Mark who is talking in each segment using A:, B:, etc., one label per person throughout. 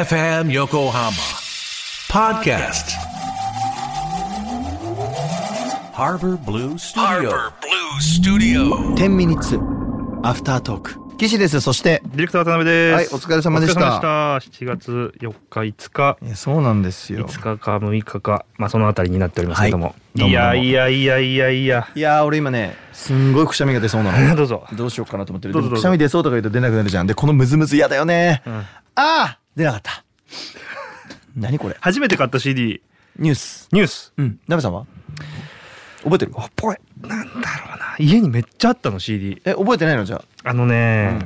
A: FM Yokohama Podcast Harbor Blue Studio
B: Harbor Blue Studio.
C: 10ミニッツアフタートーク岸ですそして
D: ディレクター渡辺です。
C: はいお疲れ様でした
D: お疲れ様でした。7月4日、5日、
C: いやそうなんですよ
D: 5日か6日か、まあそのあたりになっておりますけども。
C: いどうも
D: いやいやいやいやいや。
C: いやー俺今ねすんごいくしゃみが出そうな
D: どうぞ。
C: のどうしようかなと思ってる
D: どうぞ
C: でもくしゃみ出そうとか言うと出なくなるじゃんでこのムズムズ嫌だよね、
D: ん
C: ああー出なかった何これ
D: 初めて買った CD、
C: ニュース
D: ニュース。
C: うんナベさんは覚えてる
D: おぽい。なんだろうな。家にめっちゃあったの CD。
C: え覚えてないのじゃ
D: あのね、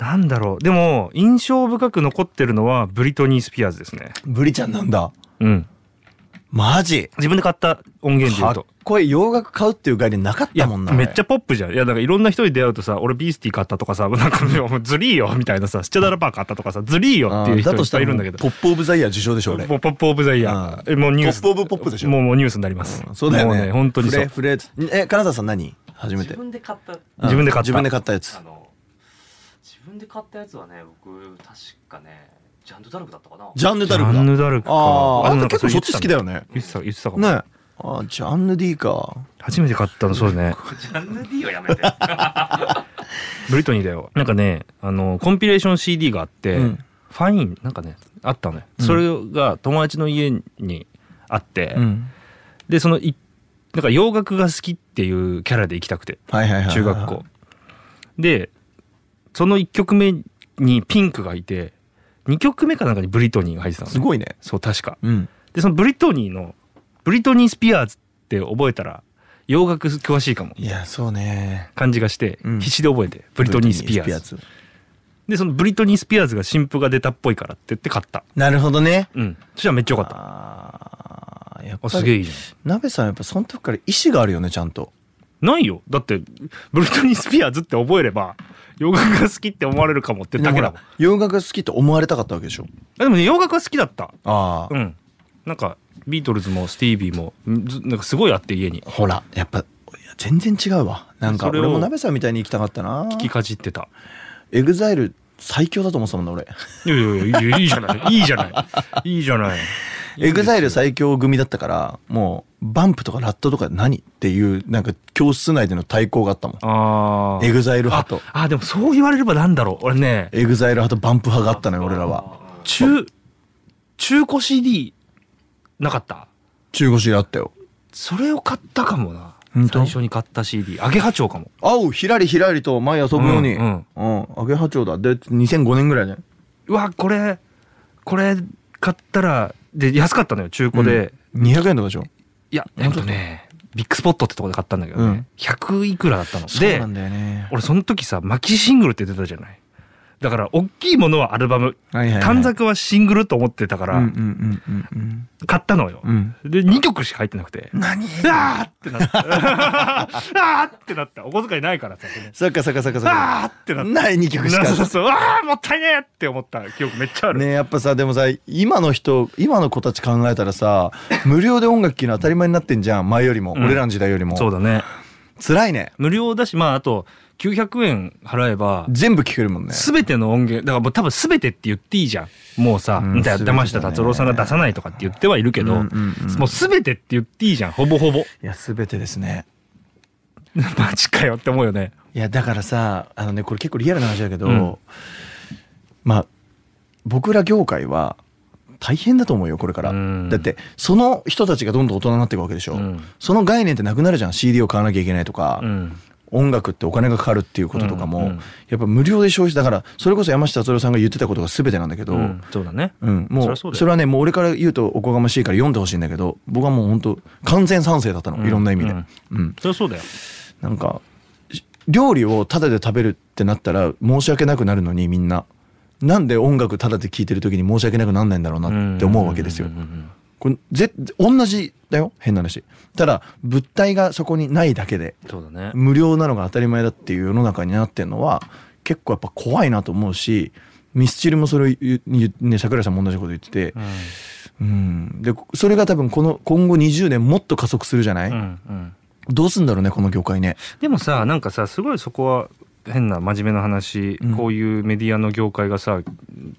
D: なんだろう。でも、印象深く残ってるのはブリトニー・スピアーズですね。
C: あブリちゃんなんだ
D: うん。
C: マジ
D: 自分で買った音源で言
C: か
D: う
C: っ
D: と。
C: こいい洋楽買うっていう概念なかっ
D: いや
C: たもんな
D: めっちゃポップじゃんいやなんかいろんな人に出会うとさ俺ビースティ買ったとかさ なんかもうずりーよみたいなさスチャダラパー買ったとかさずりーよっていう人
C: あーだ
D: い
C: と
D: っ
C: した
D: ぱいい
C: ら
D: る
C: も
D: ん
C: う
D: だけど
C: ポップオブザイヤー受賞でしょうね
D: ポポップオブザイヤー
C: うん
D: えもうニュース
C: ポップオブポップでしょ
D: もうもうニュースになります
C: そうだよね
D: もうね本当にそう
C: フレフレえ金沢さん何初めて
E: 自分で買った
D: 自分で買った
C: 自分で買ったやつ
E: あの自分で買ったやつはね僕確かねジャンヌ・ダルクだったかな
C: ジャンヌ・
D: ジ
C: ダルク
D: ャ
C: だ
D: ンヌ・ダルクか
C: あああ
D: で
C: んた
D: もんか
C: 結構そっち好きだよね
D: 言ってた言ってたかも
C: ねあージャンヌ・ディか
D: 初めて買ったのそうね
E: ジャンヌ・ D はやめて
D: ブリトニーだよなんかねあのコンピレーション CD があって、
C: うん
D: ファインなんかねあったのよ、それが友達の家にあって、
C: ん
D: でそのいなんか洋楽が好きっていうキャラで行きたくて
C: はいはいはいはい
D: 中学校でその1曲目にピンクがいて2曲目かなんかにブリトニーが入ってたの
C: すごいね
D: そう確か
C: うん
D: でそのブリトニーのブリトニー・スピアーズって覚えたら洋楽詳しいかも
C: いやそうね
D: 感じがして、
C: うん
D: 必死で覚えてブリトニー・スピアーズ
C: ズ
D: でそのブリトニー・スピアーズが新譜が出たっぽいからって言って買った
C: なるほどね
D: うんそしたらめっちゃよかった
C: あーやっぱ
D: あすげえ
C: り
D: いいじゃん
C: 鍋さんやっぱその時から意志があるよねちゃんと
D: ないよだってブリトニー・スピアーズって覚えれば洋楽が好きって思われるかもってだ
C: で
D: けだもん
C: もほら洋楽が好きと思われたかったわけでしょ
D: あでもね洋楽は好きだった
C: ああ
D: うんなんかビートルズもスティービーもずなんかすごいあって家に
C: ほらやっぱいや全然違うわなんか
D: それを
C: 俺も鍋さんみたいに行きたかったな
D: 聞きかじってた
C: エグザイル最強だと思ってたもんな俺
D: いやいやいやいやいいじゃないいいじゃないいいじゃない
C: エグザイル最強組だったからもうバンプとかラットとか何っていうなんか教室内での対抗があったもん
D: あー
C: エグザイル派と
D: ああでもそう言われればなんだろう俺ね
C: エグザイル派とバンプ派があったのよ 俺らは
D: 中中古 CD なかった
C: 中腰であったよ
D: それを買ったかもな
C: 本当
D: 最初に買った CD アゲハチョウかも
C: 青ひらりひらりと前遊ぶようにう
D: うんん
C: アゲハチョウだで2005年ぐらいね
D: うわこれこれ買ったらで安かったのよ中古で、
C: 200円とかでしょ
D: いやえっとねビッグスポットってとこで買ったんだけどね、
C: うん
D: 100いくらだったので
C: だよね
D: 俺その時さ巻きシングルって出たじゃないだから大きいものはアルバム
C: はいはいはい
D: 短冊はシングルと思ってたか
C: うんうん
D: ら
C: うんうん
D: 買ったのよ、
C: うん
D: で2曲しか入ってなくて
C: 何
D: 「あー!」ってなった あーってなったお小遣いないからさその
C: そっかそっかそっかそっか
D: あーってなった
C: ない2曲し
D: そうそう
C: か
D: そうあーもったいねえって思った記憶めっちゃある、
C: ねえやっぱさでもさ今の人今の子たち考えたらさ無料で音楽聴くの当たり前になってんじゃん前よりも、
D: うん
C: 俺らの時代よりも
D: そうだね
C: 辛いね
D: 無料だしまああと900円払えば
C: 全部聴けるもんね
D: すべての音源だからもう多分すべてって言っていいじゃんもうさ、
C: うん
D: みたいな山下達郎さんが出さないとかって言ってはいるけど、
C: うんうんうん
D: もうすべてって言っていいじゃんほぼほ ぼ
C: いや全てですね
D: マジかよって思うよね
C: いやだからさあのねこれ結構リアルな話だけど、
D: うん
C: まあ僕ら業界は大変だと思うよこれから、
D: うん
C: だってその人たちがどんどん大人になっていくわけでしょ、
D: うん
C: その概念ってなくなるじゃん CD を買わなきゃいけないとか、
D: うん
C: 音楽ってお金がかかるっていうこととかも、
D: うんうん
C: やっぱ無料で消費だからそれこそ山下達郎さんが言ってたことが全てなんだけど、
D: う
C: うんん
D: そうだね
C: も
D: そ
C: そ
D: うりゃそうだよ
C: れはねもう俺から言うとおこがましいから読んでほしいんだけど僕はもう本当完全賛成だったの、
D: うん
C: いろんな意味で、う
D: うんんそりゃそうだよ
C: なんかし料理をタダで食べるってなったら申し訳なくなるのにみんななんで音楽タダで聴いてる時に申し訳なくなんないんだろうなって思うわけですよ
D: んんうん
C: これぜ同じだよ変な話ただ物体がそこにないだけで
D: そうだね
C: 無料なのが当たり前だっていう世の中になってるのは結構やっぱ怖いなと思うしミスチルもそれを言う言うね桜井さんも同じこと言ってて
D: う、ん
C: うん、でそれが多分この今後20年もっと加速するじゃない、
D: うんうん
C: どうすんだろうねこの業界ね。
D: でもさなんかさすごいそこは変な真面目な話、
C: うん
D: こういうメディアの業界がさ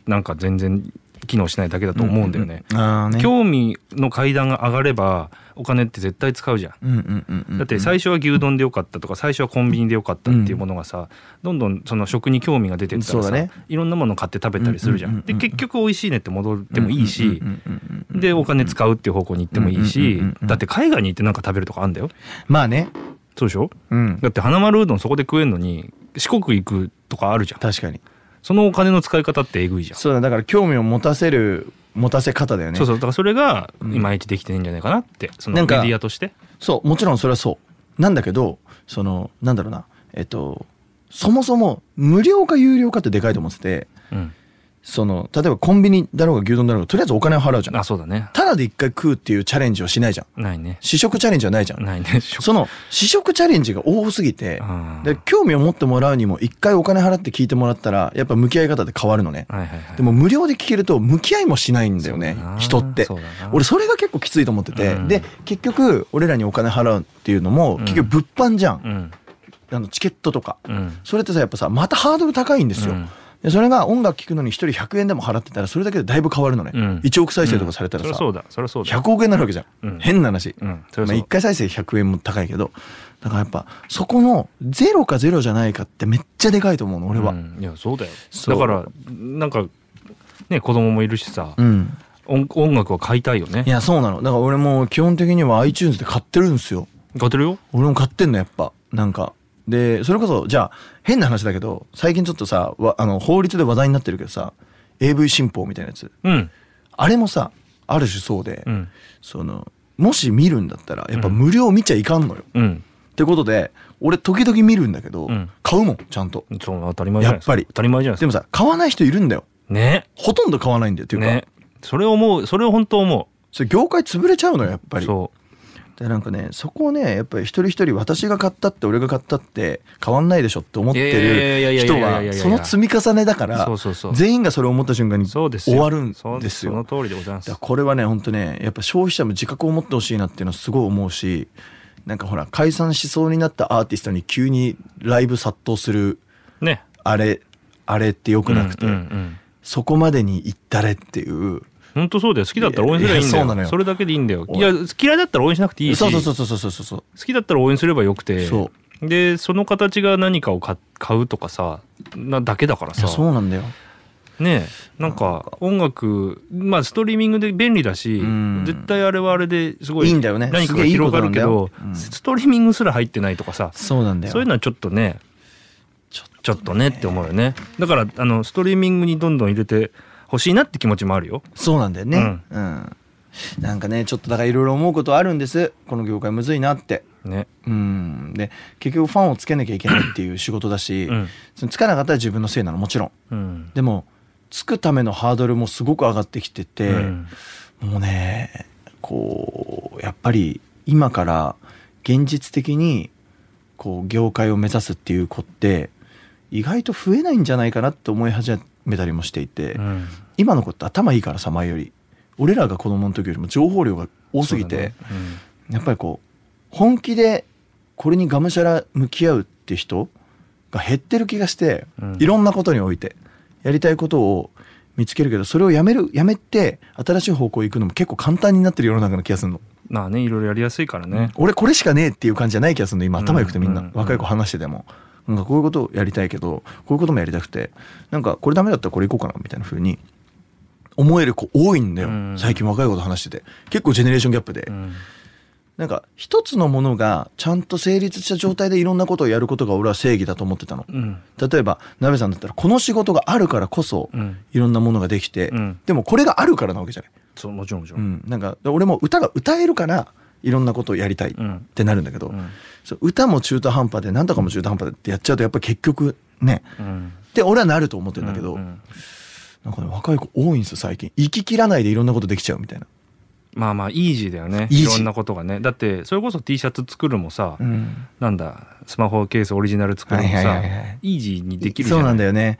D: なんか全然機能しないだけだと思うんだよね。
C: ああね
D: 興味の階段が上がればお金って絶対使うじゃん。
C: うんうんうんうん
D: だって最初は牛丼でよかったとか最初はコンビニでよかったっていうものがさどんどんその食に興味が出てったら
C: そう
D: さ、
C: だね
D: いろんなもの買って食べたりするじゃ
C: うんうん
D: ん。
C: うんう
D: で
C: ん
D: 結局美味しいねって戻ってもいいし
C: うんうんうんうん
D: でお金使うっていう方向に行ってもいいし
C: うんうんうんうん
D: だって海外に行ってなんか食べるとかあんだよ。
C: まあね
D: そうでしょ
C: うん
D: だって花丸うどんそこで食えるのに四国行くとかあるじゃん。
C: 確かに
D: そのお金の使い方ってえぐいじゃん。
C: そうだだから興味を持たせる持たせ方だよね
D: そうそうだからそれが
C: うん
D: いまいちできてないんじゃないかなってその
C: な
D: メ
C: ん
D: デ
C: か
D: ィアとして
C: そうもちろんそれはそうなんだけどそのなんだろうなえっとそもそも無料か有料かってでかいと思ってて
D: うん
C: その例えばコンビニだろうが牛丼だろうがとりあえずお金を払うじゃん
D: あそうだね
C: ただで一回食うっていうチャレンジをしないじゃん
D: ないね
C: 試食チャレンジはないじゃん
D: ないね
C: その試食チャレンジが多すぎて
D: あー
C: で興味を持ってもらうにも一回お金払って聞いてもらったらやっぱ向き合い方って変わるのね
D: はいはいはい
C: でも無料で聞けると向き合いもしないんだよね
D: そうだな
C: 人って
D: そうだな
C: 俺それが結構きついと思ってて、
D: うん
C: で結局俺らにお金払うっていうのも結局物販じゃん、
D: うん
C: あのチケットとか、
D: うん
C: それってさやっぱさまたハードル高いんですよ、
D: うん
C: でそれが音楽聴くのに一人100円でも払ってたらそれだけでだいぶ変わるのね、
D: うん
C: 1億再生とかされたら
D: そりゃ
C: さ、
D: そうだそりゃそうだ
C: 100億円になるわけじゃん、
D: うん
C: 変な話、
D: うんそりゃ
C: ま
D: そ
C: あ、
D: う
C: 1回再生100円も高いけどだからやっぱそこのゼロかゼロじゃないかってめっちゃでかいと思うの俺は
D: う、んいやそうだよ
C: そう
D: だからなんかね子供もいるしさ
C: うん、
D: 音音楽は買いたいよ
C: い
D: ね
C: やそうなのだから俺も基本的には iTunes で買ってるんですよ
D: 買ってるよ
C: 俺も買ってんのやっぱなんかでそれこそじゃあ変な話だけど最近ちょっとさわあの法律で話題になってるけどさ AV 新法みたいなやつ
D: うん
C: あれもさある種そうで、
D: うん
C: そのもし見るんだったらやっぱ無料見ちゃいかんのよ、
D: うん
C: ってことで俺時々見るんだけど、
D: うん
C: 買うもんちゃんと
D: そう当たり前じゃないですか
C: やっぱり
D: 当たり前じゃな
C: で
D: いです
C: もさ買わない人いるんだよ
D: かね
C: ほとんど買わないんだよっていうか、
D: ねそれを思うそれを本当思
C: それ業界潰れちゃうのよやっぱ
D: う
C: り
D: そ
C: でなんかねそこをねやっぱり一人一人私が買ったって俺が買ったって変わんないでしょって思って
D: いやいやいやい
C: る
D: やい
C: 人
D: やいやいやい
C: は
D: や
C: その積み重ねだから
D: そうそうそう
C: 全員がそれを思った瞬間に
D: うそうです
C: 終
D: よ
C: わるん
D: そう
C: です
D: その
C: よ。
D: 通りでござ
C: だ
D: いま
C: か
D: す
C: らこれはね本当ねやっぱ消費者も自覚を持ってほしいなっていうのはすごい思うしなんかほら解散しそうになったアーティストに急にライブ殺到する
D: ね
C: あれあれってよくなくて、
D: うんうんうん
C: そこまでに行ったれっていう
D: 本当そうだよ好きだったら応援すればい
C: いや
D: いんだ
C: いやそ
D: よ
C: う
D: そ
C: なのよ
D: れだけでいいんだよ
C: おい
D: いや嫌いだったら応援しなくていいし
C: そうそうそうそうそうそうそう
D: 好きだったら応援すればよくて
C: そ
D: でその形が何かを買買うとかさなだけだから
C: いや
D: さ
C: そうなんだよ
D: ねえなんか音楽まあストリーミングで便利だし
C: うん
D: 絶対あれはあれですごい
C: いいんだよね
D: 何かが
C: すげえいいこ
D: 広
C: と
D: が
C: なん
D: る
C: だ
D: け
C: よ
D: ど
C: うん
D: ストリーミングすら入ってないとかさ
C: そうなんだよ
D: そういうのはちょっとね
C: ちょっ
D: ちょっとねって思うよねだからあのストリーミングにどんどん入れてほしいなって気持ちもあるよ
C: そうなんだよね。うん。なんかね、ちょっとだからいろいろ思うことあるんです。この業界むずいなって。
D: ね
C: うん。で、結局ファンをつけなきゃいけないっていう仕事だし、
D: うん
C: そのつかなかったら自分のせいなのもちろん。
D: うん
C: でも、つくためのハードルもすごく上がってきてて、
D: うん
C: もうね、こう、やっぱり今から現実的に、こう、業界を目指すっていう子って、意外と増えないんじゃないかなって思い始めたりもしていて。
D: うん
C: 今の子って頭いいからさ前より俺らが子供の時よりも情報量が多すぎて、
D: そうだねうん
C: やっぱりこう本気でこれにがむしゃら向き合うって人が減ってる気がして、
D: うん
C: いろんなことにおいてやりたいことを見つけるけどそれをやめるやめて新しい方向行くのも結構簡単になってる世の中の気がするの、
D: まあねいろいろやりやすいからね。
C: 俺これしかねえっていう感じじゃない気がするの今頭良くてみんな、
D: うんうんうん
C: 若い子話しててもなんかこういうことをやりたいけどこういうこともやりたくてなんかこれダメだったらこれ行こうかなみたいな風に思える子多いんだよ、
D: うん
C: 最近若い子と話してて結構ジェネレーションギャップで、
D: うん
C: なんか一つのものがちゃんと成立した状態でいろんなことをやることが俺は正義だと思ってたの
D: うん
C: 例えば鍋さんだったらこの仕事があるからこそ
D: うん
C: いろんなものができて、
D: うん
C: でもこれがあるからなわけじゃない
D: そうもちろんもちろ。
C: うんん、なんか俺も歌が歌えるからいろんなことをやりたいっ
D: うん
C: てなるんだけど、
D: うん
C: そう歌も中途半端で何とかも中途半端でってやっちゃうとやっぱ結局ね
D: うん
C: って俺はなると思ってるんだけど、
D: うん
C: なんかね若い子多いんですよ最近行ききらないでいろんなことできちゃうみたいな、
D: まあまあイージーだよね。
C: イージー
D: いろんなことがね。だってそれこそ T シャツ作るもさ、
C: ん、
D: なんだスマホケースオリジナル作るもさ、
C: はいはいはいはい
D: イージーにできるじゃ
C: そ
D: な
C: うな
D: い。
C: んだ
D: よ。
C: よね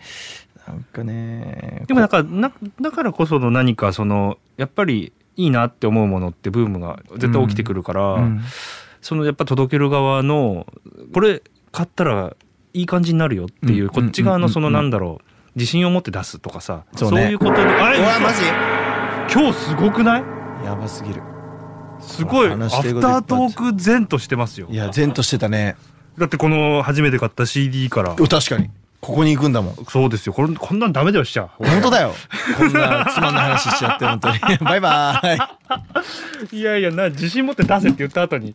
C: なんかね
D: でもなんかなだからこその何かそのやっぱりいいなって思うものってブームが絶対起きてくるから、
C: うん
D: そのやっぱ届ける側のこれ買ったらいい感じになるよっていううんこっち側
C: う
D: の
C: ん
D: そのなんだろう自信を持って出すとかさ
C: そ
D: そうう
C: ね
D: いうことであれ
C: うわマジ
D: 今日すごくない
C: やばすぎる
D: すごいアフタ
C: 話してること
D: ートーク前としてますよ
C: いや前としてたね
D: だってこの初めて買った CD から
C: うん確かにここに行くんだもん
D: そうですよこれこんなんダメだよしちゃう
C: 本当だよこんなつまんない話しちゃって本当に バイバイ
D: いやいやな自信持って出せって言った後に